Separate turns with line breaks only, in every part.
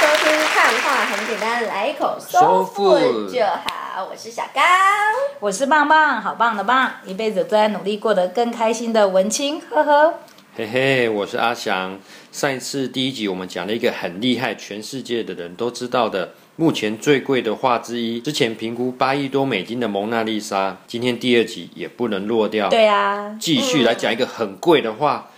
汉话很简单，来一口
收
腹
腹
就好。我是小刚，
我是棒棒，好棒的棒，一辈子都在努力过得更开心的文青，呵呵。
嘿嘿，我是阿翔。上一次第一集我们讲了一个很厉害，全世界的人都知道的，目前最贵的画之一，之前评估八亿多美金的蒙娜丽莎，今天第二集也不能落掉，
对啊，
继续来讲一个很贵的画，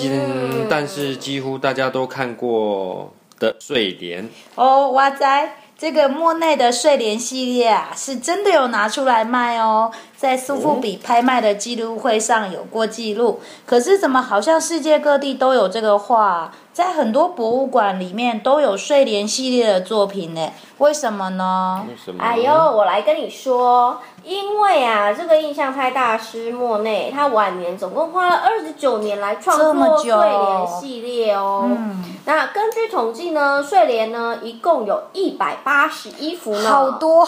嗯，但是几乎大家都看过的睡莲，
哦，哇塞，这个莫内的睡莲系列啊，是真的有拿出来卖哦，在苏富比拍卖的记录会上有过记录。可是怎么好像世界各地都有这个画啊、在很多博物馆里面都有睡莲系列的作品呢？为什么呢？
为什么？ 哦
哎呦，我来跟你说，因为啊，这个印象派大师莫内，他晚年总共花了二十九年来创
这么
作睡
久
莲系列哦。
嗯
那根据统计呢，睡莲呢一共有一百八十一幅呢，
好多，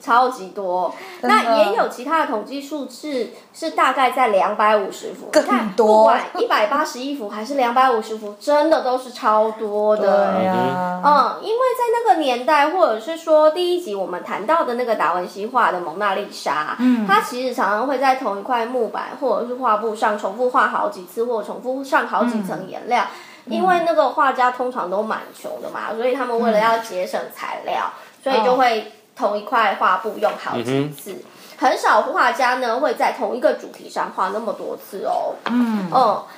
超级多。
真的
那也有其他的统计数字是大概在两百五十幅，
更
你看
多
不管一百八十一幅还是两百五十幅，真的都是超多的。
对啊，
嗯，因为在那个年代，或者是说第一集我们谈到的那个达文西画的《蒙娜丽莎》，嗯，它其实常常会在同一块木板或者是画布上重复画好几次，或重复上好几层颜料。因为那个画家通常都蛮穷的嘛，所以他们为了要节省材料，所以就会同一块画布用好几次。很少画家呢会在同一个主题上画那么多次哦。嗯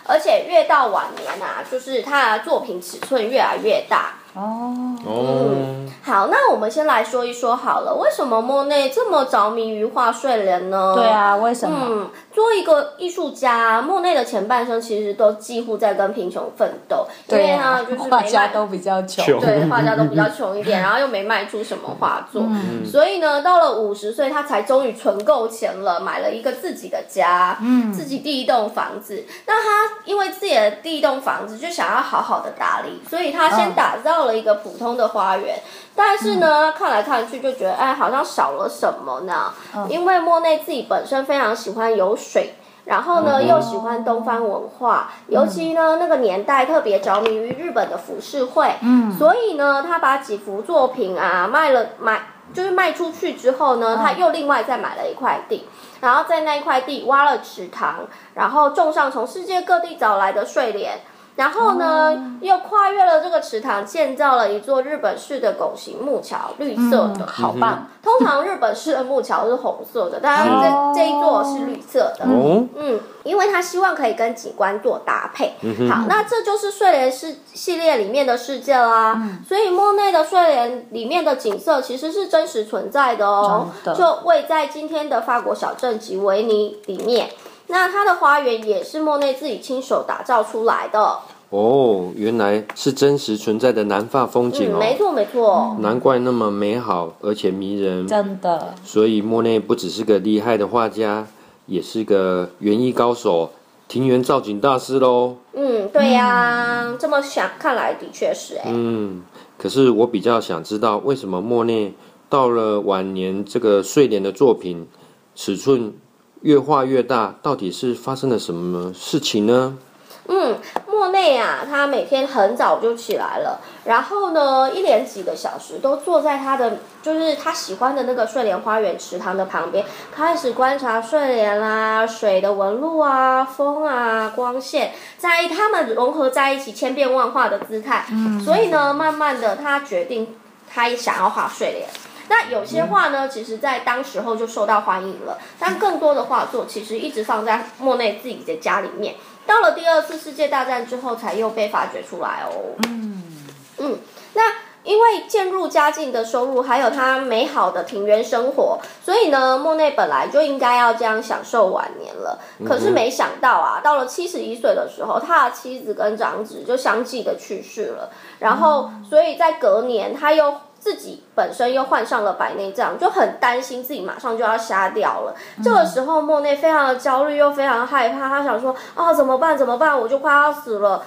而且越到晚年啊，就是他的作品尺寸越来越大。
哦，
哦，
好，那我们先来说一说好了，为什么莫内这么着迷于画睡莲呢？
对。啊，为什么？
嗯，作为一个艺术家，莫内的前半生其实都几乎在跟贫穷奋斗，因为
啊
呢，就是没
画
卖
家都比较穷，
穷
对，画家都比较穷一点，然后又没卖出什么画作，
嗯
所以呢，到了五十岁，他才终于存够钱了，买了一个自己的家，嗯，自己第一栋房子。那他因为自己的第一栋房子就想要好好的打理，所以他先打造了一个普通的花园。但是呢，看来看去就觉得，哎，好像少了什么呢？因为莫内自己本身非常喜欢有水。然后呢，又喜欢东方文化，尤其呢那个年代特别着迷于日本的浮世绘，嗯，所以呢，他把几幅作品啊卖了买，就是卖出去之后呢，他又另外再买了一块地，然后在那一块地挖了池塘，然后种上从世界各地找来的睡莲。然后呢，又跨越了这个池塘，建造了一座日本式的拱形木桥，绿色的，好棒。通常日本式的木桥是红色的，但是这、
哦
这一座是绿色的。
哦，
嗯，因为他希望可以跟景观做搭配。
嗯
好，那这就是睡莲系系列里面的世界啦。
嗯
所以莫内的睡莲里面的景色其实是真实存在的哦，
真的
就位在今天的法国小镇吉维尼里面。那它的花园也是莫内自己亲手打造出来的。
哦，原来是真实存在的南法风景
嗯，
哦，嗯
没错没错。
难怪那么美好而且迷人。
真的，
所以莫内不只是个厉害的画家，也是个园艺高手、庭园造景大师喽。
嗯，对呀、这么想看来的确是哎、
嗯，可是我比较想知道，为什么莫内到了晚年这个睡莲的作品尺寸越画越大，到底是发生了什么事情呢？
嗯，莫内啊，他每天很早就起来了，然后呢，一连几个小时都坐在他的就是他喜欢的那个睡莲花园池塘的旁边，开始观察睡莲啦、水的纹路啊、风啊、光线，在意它们融合在一起千变万化的姿态。嗯，所以呢，慢慢的他决定他也想要画睡莲。那有些画呢，其实在当时候就受到欢迎了，但更多的画作其实一直放在莫内自己的家里面。到了第二次世界大战之后，才又被发掘出来哦。嗯那因为渐入佳境的收入，还有他美好的庭园生活，所以呢，莫内本来就应该要这样享受晚年了。可是没想到啊，到了七十一岁的时候，他的妻子跟长子就相继的去世了。然后，所以在隔年，他又自己本身又患上了白内障，就很担心自己马上就要瞎掉了。这个时候，莫内非常的焦虑，又非常害怕，他想说：“啊，怎么办？怎么办？我就快要死了。”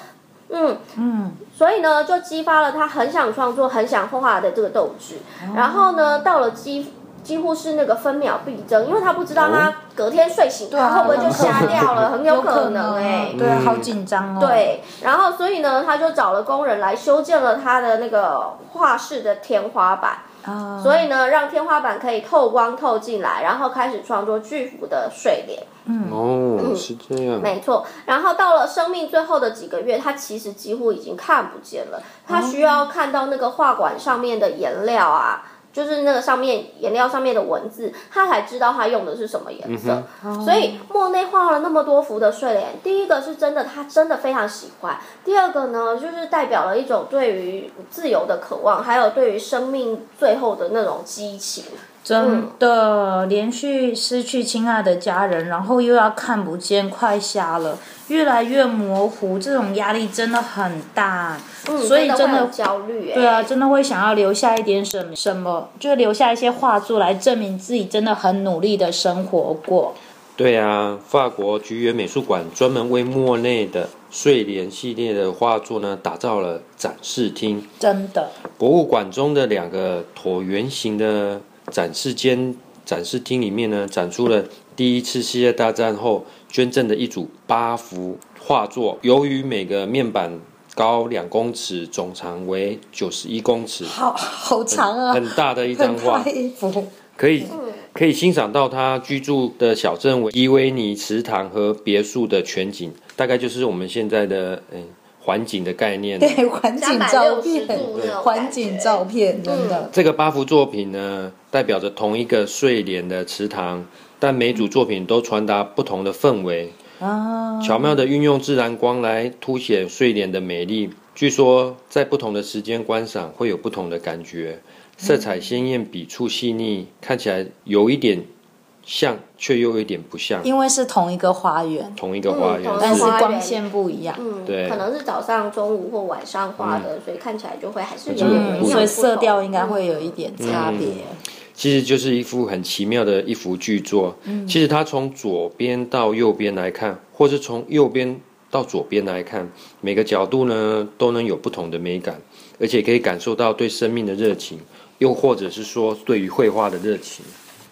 嗯，
嗯，
所以呢，就激发了他很想创作、很想画画的这个斗志。然后呢，到了几几乎是那个分秒必争，因为他不知道他隔天睡醒、
啊
他会不会就瞎掉了，很有可能哎、
对啊，好紧张哦。，
对，然后所以呢，他就找了工人来修建了他的那个画室的天花板，
啊，
所以呢，让天花板可以透光透进来，然后开始创作巨幅的睡莲。
哦，是这样。
没错，然后到了生命最后的几个月，他其实几乎已经看不见了。他需要看到那个画管上面的颜料啊，就是那个上面颜料上面的文字，他才知道他用的是什么颜
嗯
色。所以莫内画了那么多幅的睡莲，第一个是真的，他真的非常喜欢；第二个呢，就是代表了一种对于自由的渴望，还有对于生命最后的那种激情。
真的连续失去亲爱的家人，然后又要看不见，快瞎了，越来越模糊，这种压力真的很大。
嗯
所以真
会
的
很焦虑、欸，
对啊，真的会想要留下一点什么什么，就留下一些画作来证明自己真的很努力的生活过。
对啊，法国菊园美术馆专门为莫内的睡莲系列的画作呢，打造了展示厅。
真的，
博物馆中的两个椭圆形的展示间、展示厅里面呢，展出了第一次世界大战后捐赠的一组八幅画作。由于每个面板高两公尺，总长为九十一公尺，
好好长 啊，
很大的一张画，
衣服。
可以可以欣赏到他居住的小镇为伊维尼池塘和别墅的全景，大概就是我们现在的嗯环景的概念。
对，环境照
360
片
度嗯那，种
环境照片，真的。
这个八幅作品呢，代表着同一个睡莲的池塘，但每组作品都传达不同的氛围，
啊，
巧妙的运用自然光来凸显睡莲的美丽。据说在不同的时间观赏会有不同的感觉，色彩鲜艳，笔触细腻，看起来有一点像，却又有一点不像。
因为是同一个花园，
同一个花园
嗯，同
但
一
是
个花园
光线不一样，
嗯，
对
可能是早上、中午或晚上画
嗯
的，所以看起来就会还是有
就
点不
有不
一样
同
所以色调应该会有一点差别。
其实就是一幅很奇妙的一幅巨作。其实它从左边到右边来看，或是从右边到左边来看，每个角度呢都能有不同的美感，而且可以感受到对生命的热情，又或者是说对于绘画的热情。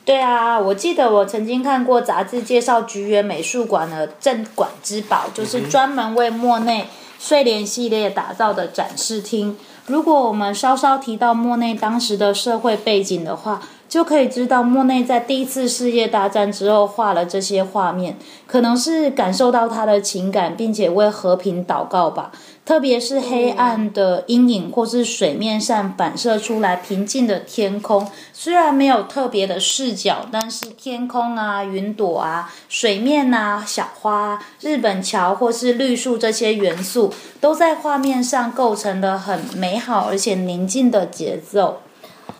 对啊，我记得我曾经看过杂志介绍菊园美术馆的镇馆之宝，就是专门为莫内睡莲系列打造的展示厅。如果我们稍稍提到莫内当时的社会背景的话，就可以知道莫内在第一次世界大战之后画了这些画面，可能是感受到他的情感，并且为和平祷告吧。特别是黑暗的阴影或是水面上反射出来平静的天空，虽然没有特别的视角，但是天空啊、云朵啊、水面啊、小花啊、日本桥或是绿树这些元素，都在画面上构成了很美好而且宁静的节奏。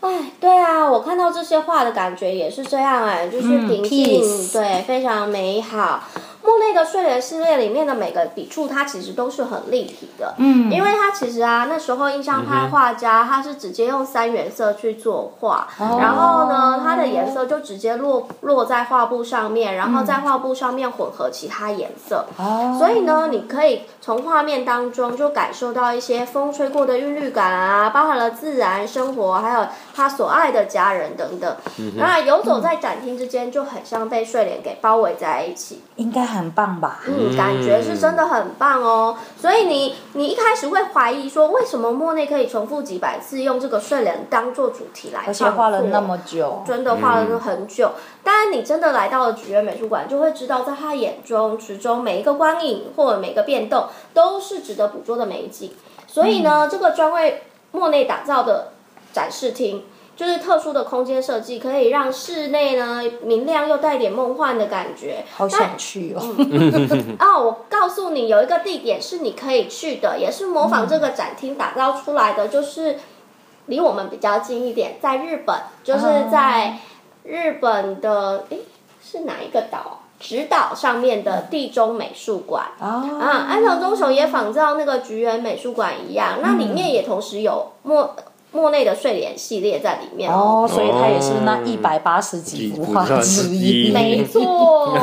哎， 对啊，我看到这些画的感觉也是这样哎、就是平静，
嗯 peace
对，非常美好。莫内的睡莲系列里面的每个笔触，它其实都是很立体的，嗯，因为它其实啊，那时候印象
嗯
派画家、他是直接用三原色去作画，
哦
然后呢，它的颜色就直接落落在画布上面，然后在画布上面混合其他颜色，
哦
所以呢，你可以从画面当中就感受到一些风吹过的韵律感啊，包含了自然生活，还有他所爱的家人等等。那游走在展厅之间，就很像被睡莲给包围在一起，
应该很棒吧？
嗯，感觉是真的很棒哦。所以你你一开始会怀疑说，为什么莫内可以重复几百次用这个睡莲当做主题来
而
创
且
作？
画了那么久，
真的画了很久。当然，你真的来到了菊园美术馆，就会知道，在他眼中、池中每一个光影或者每个变动，都是值得捕捉的美景。所以呢，这个专为莫内打造的展示厅。就是特殊的空间设计，可以让室内呢明亮又带点梦幻的感觉。
好想去哦！
哦，我告诉你，有一个地点是你可以去的，也是模仿这个展厅打造出来的，就是离我们比较近一点，在日本，就是在日本的诶是哪一个岛？直岛上面的地中美术馆。
啊，
啊，安藤忠雄也仿照那个菊园美术馆一样，那里面也同时有莫莫内的睡莲系列在里面哦
哦，所以它也是那一百八十几幅画之一。
没错。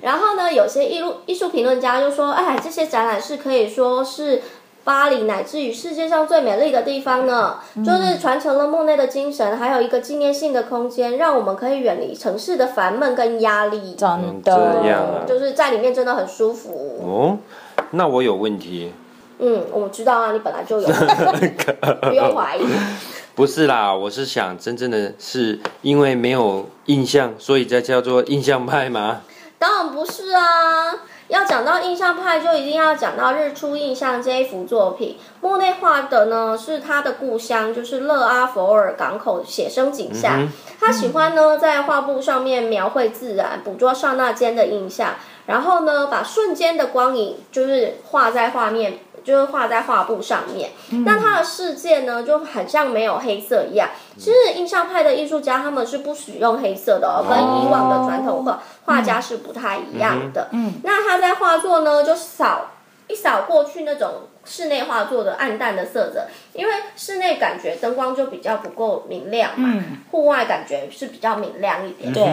然后呢，有些艺术艺术评论家就说，哎，这些展览是可以说是巴黎乃至于世界上最美丽的地方呢，就是传承了莫内的精神，还有一个纪念性的空间，让我们可以远离城市的烦闷跟压力，
真
这样啊
的，
就是在里面真的很舒服。
哦，那我有问题，
嗯，我知道啊，你本来就有，不用怀疑。
不是啦，我是想真正的是因为没有印象，所以才叫做印象派吗？
当然不是啊！要讲到印象派，就一定要讲到《日出印象》这一幅作品。莫内画的呢是他的故乡，就是勒阿弗尔港口写生井下。他喜欢呢在画布上面描绘自然，捕捉刹那间的印象，然后呢把瞬间的光影就是画在画面。就是画在画布上面，那他的世界呢，就很像没有黑色一样。其实印象派的艺术家他们是不使用黑色的、哦，跟以往的传统画画家是不太一样的。嗯，那他在画作呢，就扫一扫过去那种室内画作的暗淡的色泽，因为室内感觉灯光就比较不够明亮嘛，户外感觉是比较明亮一点。
对，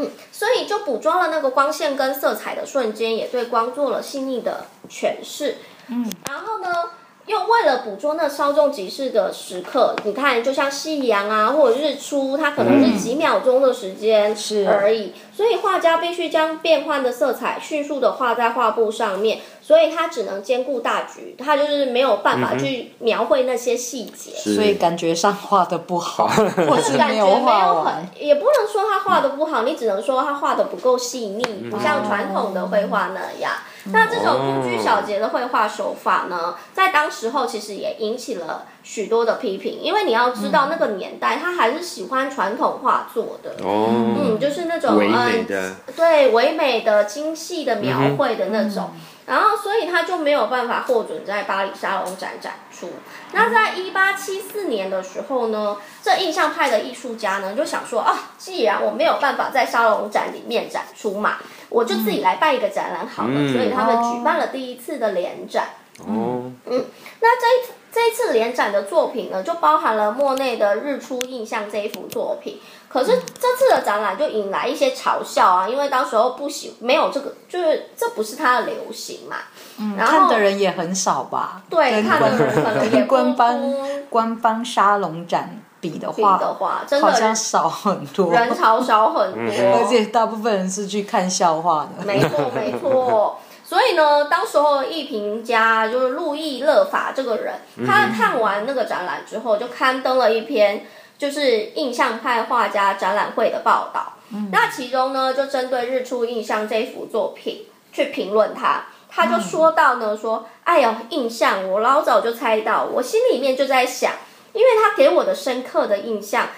嗯，所以就捕捉了那个光线跟色彩的瞬间，也对光做了细腻的诠释。嗯，然后呢，又为了捕捉那稍纵即逝的时刻，你看，就像夕阳啊，或者日出，它可能是几秒钟的时间
是
而已。所以画家必须将变幻的色彩迅速的画在画布上面，所以他只能兼顾大局，他就是没有办法去描绘那些细节。
是
所以感觉上画的不好，或是
感
没
觉
有
没
画
有
完
很，，也不能说他画的不好，你只能说他画的不够细腻，不像传统的绘画那样。
嗯
那这种不拘小节的绘画手法呢，在当时候其实也引起了许多的批评，因为你要知
嗯
道那个年代，他还是喜欢传统画作的。
哦，
嗯，就是那种
唯美
嗯，
的，
对唯美的、精细的描绘的那种。然后，所以他就没有办法获准在巴黎沙龙展展出。那在一八七四年的时候呢，这印象派的艺术家呢就想说啊，既然我没有办法在沙龙展里面展出嘛，我就自己来办一个展览好了。
嗯
所以他们举办了第一次的联展。
哦，
那这一这一次联展的作品呢，就包含了莫内的《日出印象》这一幅作品。可是这次的展览就引来一些嘲笑啊，因为当时候不喜没有这个，就是这不是它的流行嘛。嗯，然
看
后
的人也很少吧？
对
跟
看的人可能也
跟
不
官方
多
官方沙龙展比的
比
话，
的话，真
好像
的
少很多，
人潮少很多，
而且大部分人是去看笑话的。
没错，没错。所以呢，当时候艺评家就是路易勒法这个人，他看完那个展览之后，就刊登了一篇就是印象派画家展览会的报道。那其中呢，就针对《日出印象》这一幅作品去评论它。他就说到呢，说，哎呦，印象，我老早就猜到，我心里面就在想，因为他给我的深刻的印象，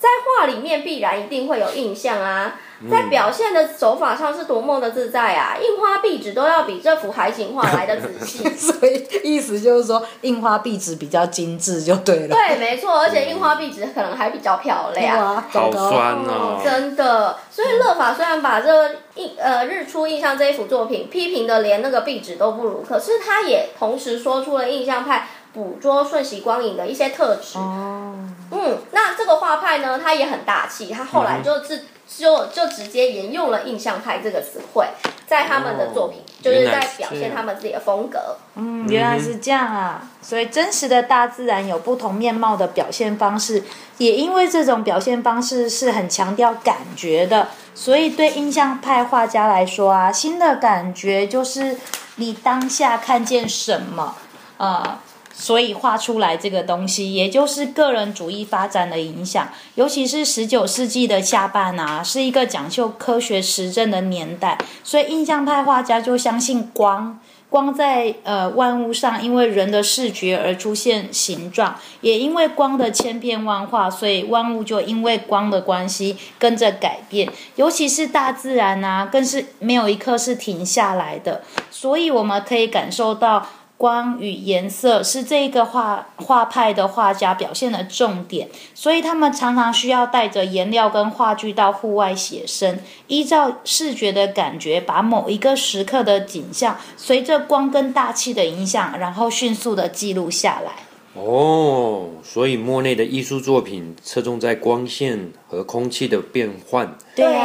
在画里面必然一定会有印象啊，在表现的手法上是多么的自在啊！印花壁纸都要比这幅海景画来的仔细。
所以意思就是说，印花壁纸比较精致就对了。
对，没错，而且印花壁纸可能还比较漂亮。
哇，糟
好
糕
酸
哦
哦，
真的，所以乐法虽然把这印呃日出印象这一幅作品批评的连那个壁纸都不如，可是他也同时说出了印象派捕捉瞬息光影的一些特质。
哦，
嗯，那这个画派呢，它也很大气，它后来就自、就就直接沿用了印象派这个词汇，在他们的作品，
哦
就是
原
在
来是
表
这
现
样
他们自己的风格。
嗯，原来是这样啊！所以真实的大自然有不同面貌的表现方式，也因为这种表现方式是很强调感觉的，所以对印象派画家来说啊，新的感觉就是你当下看见什么，呃，所以画出来这个东西，也就是个人主义发展的影响。尤其是十九世纪的下半啊，是一个讲究科学实证的年代，所以印象派画家就相信光。光在呃万物上，因为人的视觉而出现形状，也因为光的千变万化，所以万物就因为光的关系跟着改变。尤其是大自然啊，更是没有一刻是停下来的。所以我们可以感受到光与颜色是这一个画画派的画家表现的重点，所以他们常常需要带着颜料跟画具到户外写生，依照视觉的感觉，把某一个时刻的景象随着光跟大气的影响，然后迅速的记录下来。
哦，所以莫内的艺术作品侧重在光线和空气的变换，
对
呀、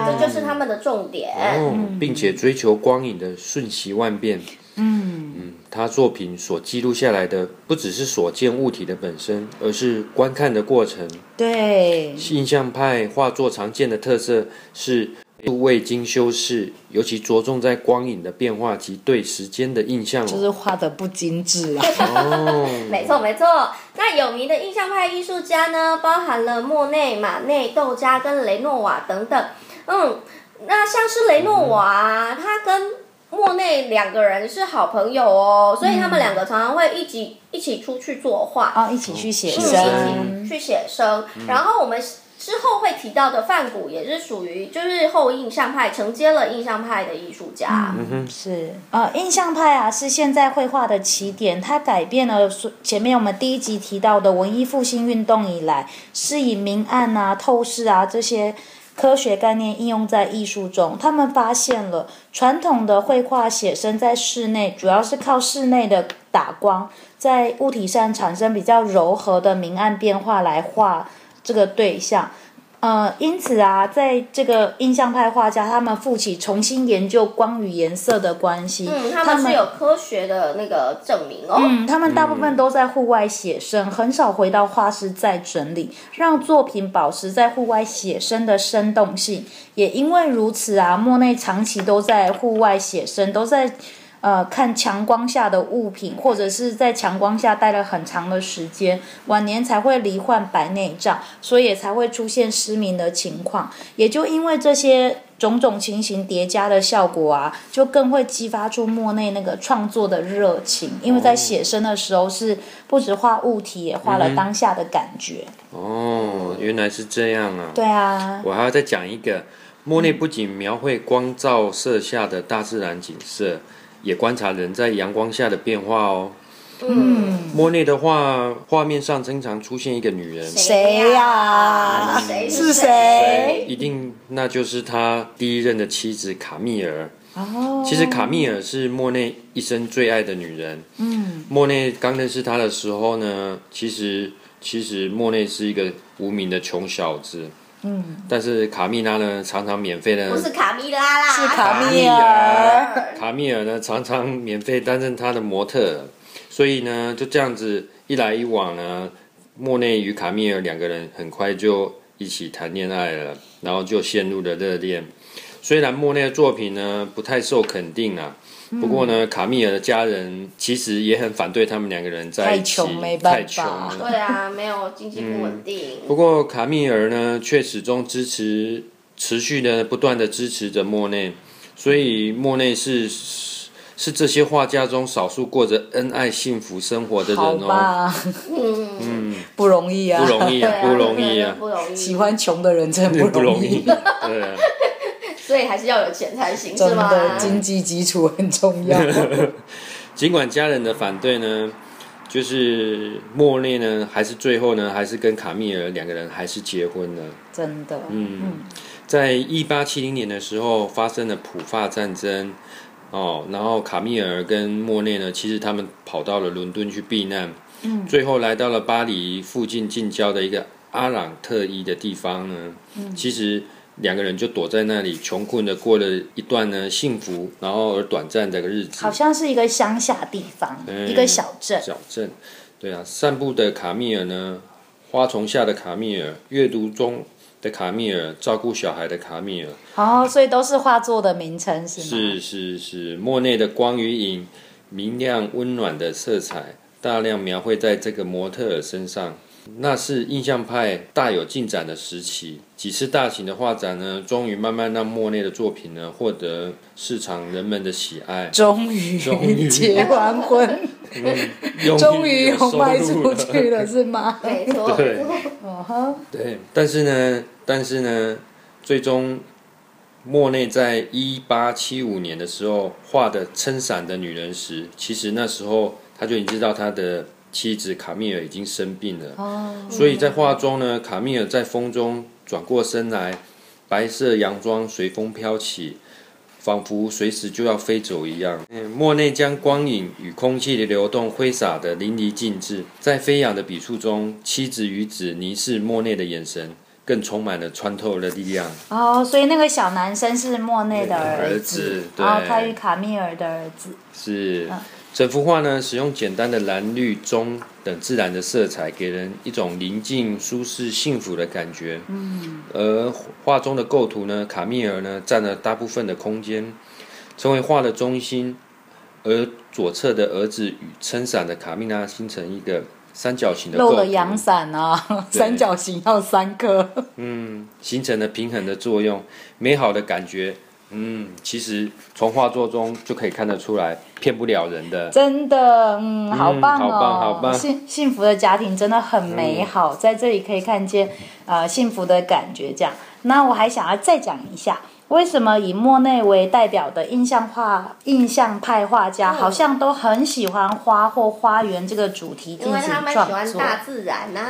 呀、这就是他们的重点。
哎嗯
哦，并且追求光影的瞬息万变。嗯嗯，他作品所记录下来的不只是所见物体的本身，而是观看的过程。
对，
印象派画作常见的特色是未经修饰，尤其着重在光影的变化及对时间的印象、哦。
就是画的不精致啊。
没错没错。那有名的印象派艺术家呢，包含了莫内、马内、窦加跟雷诺瓦等等。嗯，那像是雷诺瓦啊，他跟莫内两个人是好朋友哦，所以他们两个常常会一起一起出去作画。
哦，一起去写
一
生。嗯
起去写生。然后我们之后会提到的范谷也是属于就是后印象派，承接了印象派的艺术家。
嗯是，呃，印象派啊是现在绘画的起点，它改变了所前面我们第一集提到的文艺复兴运动以来，是以明暗啊、透视啊这些科学概念应用在艺术中。他们发现了传统的绘画写生在室内，主要是靠室内的打光，在物体上产生比较柔和的明暗变化来画这个对象。呃，因此啊，在这个印象派画家，他们负起重新研究光与颜色的关系。
嗯，他们是有科学的那个证明哦。
嗯，他们大部分都在户外写生，很少回到画室再整理，让作品保持在户外写生的生动性。也因为如此啊，莫内长期都在户外写生，都在呃看强光下的物品，或者是在强光下待了很长的时间，晚年才会罹患白内障，所以也才会出现失明的情况。也就因为这些。种种情形叠加的效果啊，就更会激发出莫内那个创作的热情，因为在写生的时候是不止画物体，也画了当下的感觉。
哦，原来是这样啊！
对啊，
我还要再讲一个，莫内不仅描绘光照射下的大自然景色，也观察人在阳光下的变化哦。
嗯，
莫内的画画面上经常出现一个女人，
谁呀
谁
是
是
谁
谁？
一定那就是他第一任的妻子卡密尔。
哦，
其实卡密尔是莫内一生最爱的女人。嗯，莫内刚认识她的时候呢，其实其实莫内是一个无名的穷小子。嗯，但是卡密拉呢，常常免费的
不是卡蜜拉啦，
是卡
密
米尔。
尔。
卡米尔呢，常常免费担任他的模特儿，所以呢，就这样子一来一往呢，莫内与卡米尔两个人很快就一起谈恋爱了，然后就陷入了热恋。虽然莫内的作品呢不太受肯定啊，不过呢，
嗯
卡米尔的家人其实也很反对他们两个人在一起，
太穷没办法
太穷了
对啊，没有经济不稳定。
不过卡密尔呢，却始终支持，持续的不断的支持着莫内，所以莫内是是这些画家中少数过着恩爱幸福生活的人
好
哦，
吧，
嗯，
不容易啊，
不容易
对
啊，
啊，
不容易
真
啊
的，不容易，
喜欢穷的人真的
不
容
容易，对啊，
所以还是要有钱才行，
真
是吗？
的经济基础很重要。
嗯尽管家人的反对呢。就是莫内呢，还是最后呢，还是跟卡密尔两个人还是结婚了。
真的，嗯，
在一八七零年的时候发生了普法战争，哦，然后卡米尔跟莫内呢，其实他们跑到了伦敦去避难，嗯，最后来到了巴黎附近近郊的一个阿朗特伊的地方呢，嗯、其实两个人就躲在那里，穷困的过了一段呢幸福然后而短暂的日子
好，像是一个乡下地方，
嗯
一个小镇，
小镇，对啊，散步的卡米尔呢，花丛下的卡米尔，阅读中的卡米尔，照顾小孩的卡米尔。
哦，所以都是画作的名称是吗？
是是是，莫内的光与影，明亮温暖的色彩，大量描绘在这个模特儿身上。那是印象派大有进展的时期，几次大型的画展呢，终于慢慢让莫内的作品呢获得市场人们的喜爱，
终于
终于
结完婚，终于
有
有
收
卖
入
出
了。
去了，是吗？
没错，
对
没错
哦呵，
对，但是呢，但是呢，最终莫内在一八七五年的时候画的《撑伞的女人》时，其实那时候他就已经知道他的妻子卡米尔已经生病了，
嗯
所以在画中呢，卡米尔在风中转过身来，白色洋装随风飘起，仿佛随时就要飞走一样。嗯，莫内将光影与空气的流动挥洒得淋漓尽致，在飞扬的笔触中，妻子与子凝视莫内的眼神更充满了穿透的力量。
哦，所以那个小男生是莫内的
儿
子
子，
然后
对
他与卡米尔的儿子。
是，
嗯
整幅画呢，使用简单的蓝、绿、棕等自然的色彩，给人一种宁静、舒适、幸福的感觉。嗯，而画中的构图呢，卡密尔呢占了大部分的空间，成为画的中心。而左侧的儿子与撑伞的卡蜜拉形成一个三角形的构
漏
图，
了阳伞啊， 三角形要三颗。
形成了平衡的作用，美好的感觉。嗯，其实从画作中就可以看得出来，骗不了人的。
真的，嗯，好棒哦，
好棒好棒嗯
幸幸福的家庭真的很美好，在这里可以看见呃幸福的感觉。这样，那我还想要再讲一下，为什么以莫内为代表的印象画、印象派画
嗯
家，好像都很喜欢花或花园这个主题进
因为
行
他们喜
创
欢
作。
大自然呐、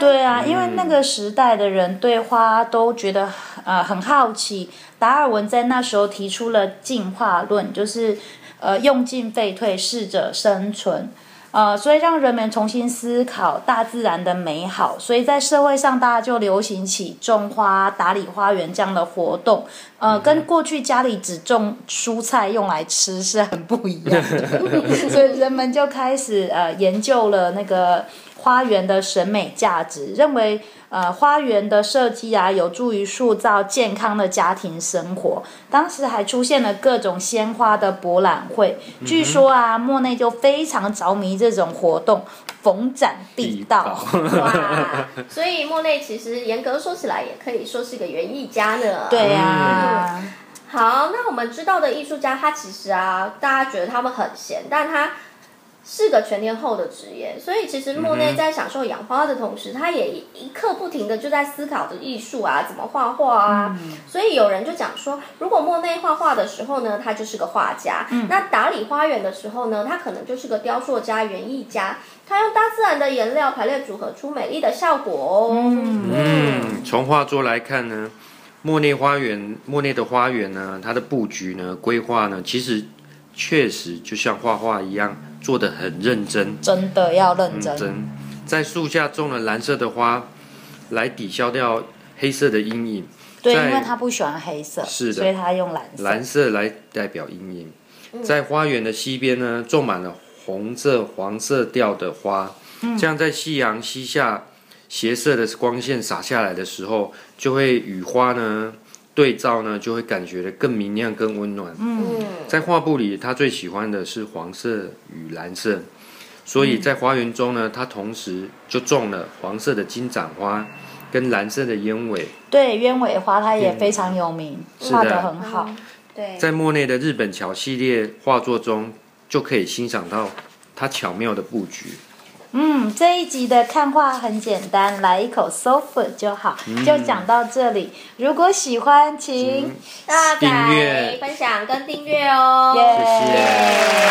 对啊，因为那个时代的人对花都觉得呃很好奇。达尔文在那时候提出了进化论，就是呃用进废退，适者生存。呃，所以让人们重新思考大自然的美好，所以在社会上大家就流行起种花、打理花园这样的活动。呃，跟过去家里只种蔬菜用来吃是很不一样 的，所以人们就开始呃研究了那个花园的审美价值，认为呃花园的设计啊有助于塑造健康的家庭生活。当时还出现了各种鲜花的博览会，
嗯
据说啊莫内就非常着迷这种活动，逢展必到。
哇！所以莫内其实严格说起来，也可以说是个园艺家呢。
对啊，
嗯
好，那我们知道的艺术家，他其实啊，大家觉得他们很闲，但他是个全天候的职业，所以其实莫内在享受养花的同时，他也一一刻不停的就在思考着艺术啊，怎么画画啊。所以有人就讲说，如果莫内画画的时候呢，他就是个画家；那打理花园的时候呢，他可能就是个雕塑家、园艺家。他用大自然的颜料排列组合出美丽的效果哦。嗯
嗯，从画作来看呢，莫内花园，莫内的花园呢，它的布局呢、规划呢，其实确实就像画画一样，做得很认真、
真的要认真。
认嗯真。在树下种了蓝色的花，来抵消掉黑色的阴影，
对，
在
因为他不喜欢黑色，
是的
所以他用蓝色。
蓝色来代表阴影。在花园的西边呢，种满了红色、黄色调的花，这样在夕阳西下斜射的光线洒下来的时候，就会与花呢对照呢，就会感觉的更明亮、更温暖。
嗯，
在画布里，他最喜欢的是黄色与蓝色，所以在花园中呢，他同时就种了黄色的金盏花跟蓝色的烟尾。
对，鸢尾花它也非常有名，
嗯是的
画得很好。
嗯对。
在莫内的日本桥系列画作中，就可以欣赏到它巧妙的布局。
嗯，这一集的看画很简单，来一口 sofa 就好，就讲到这里。如果喜欢，请
大家
订阅
分享跟订阅哦。
耶
谢谢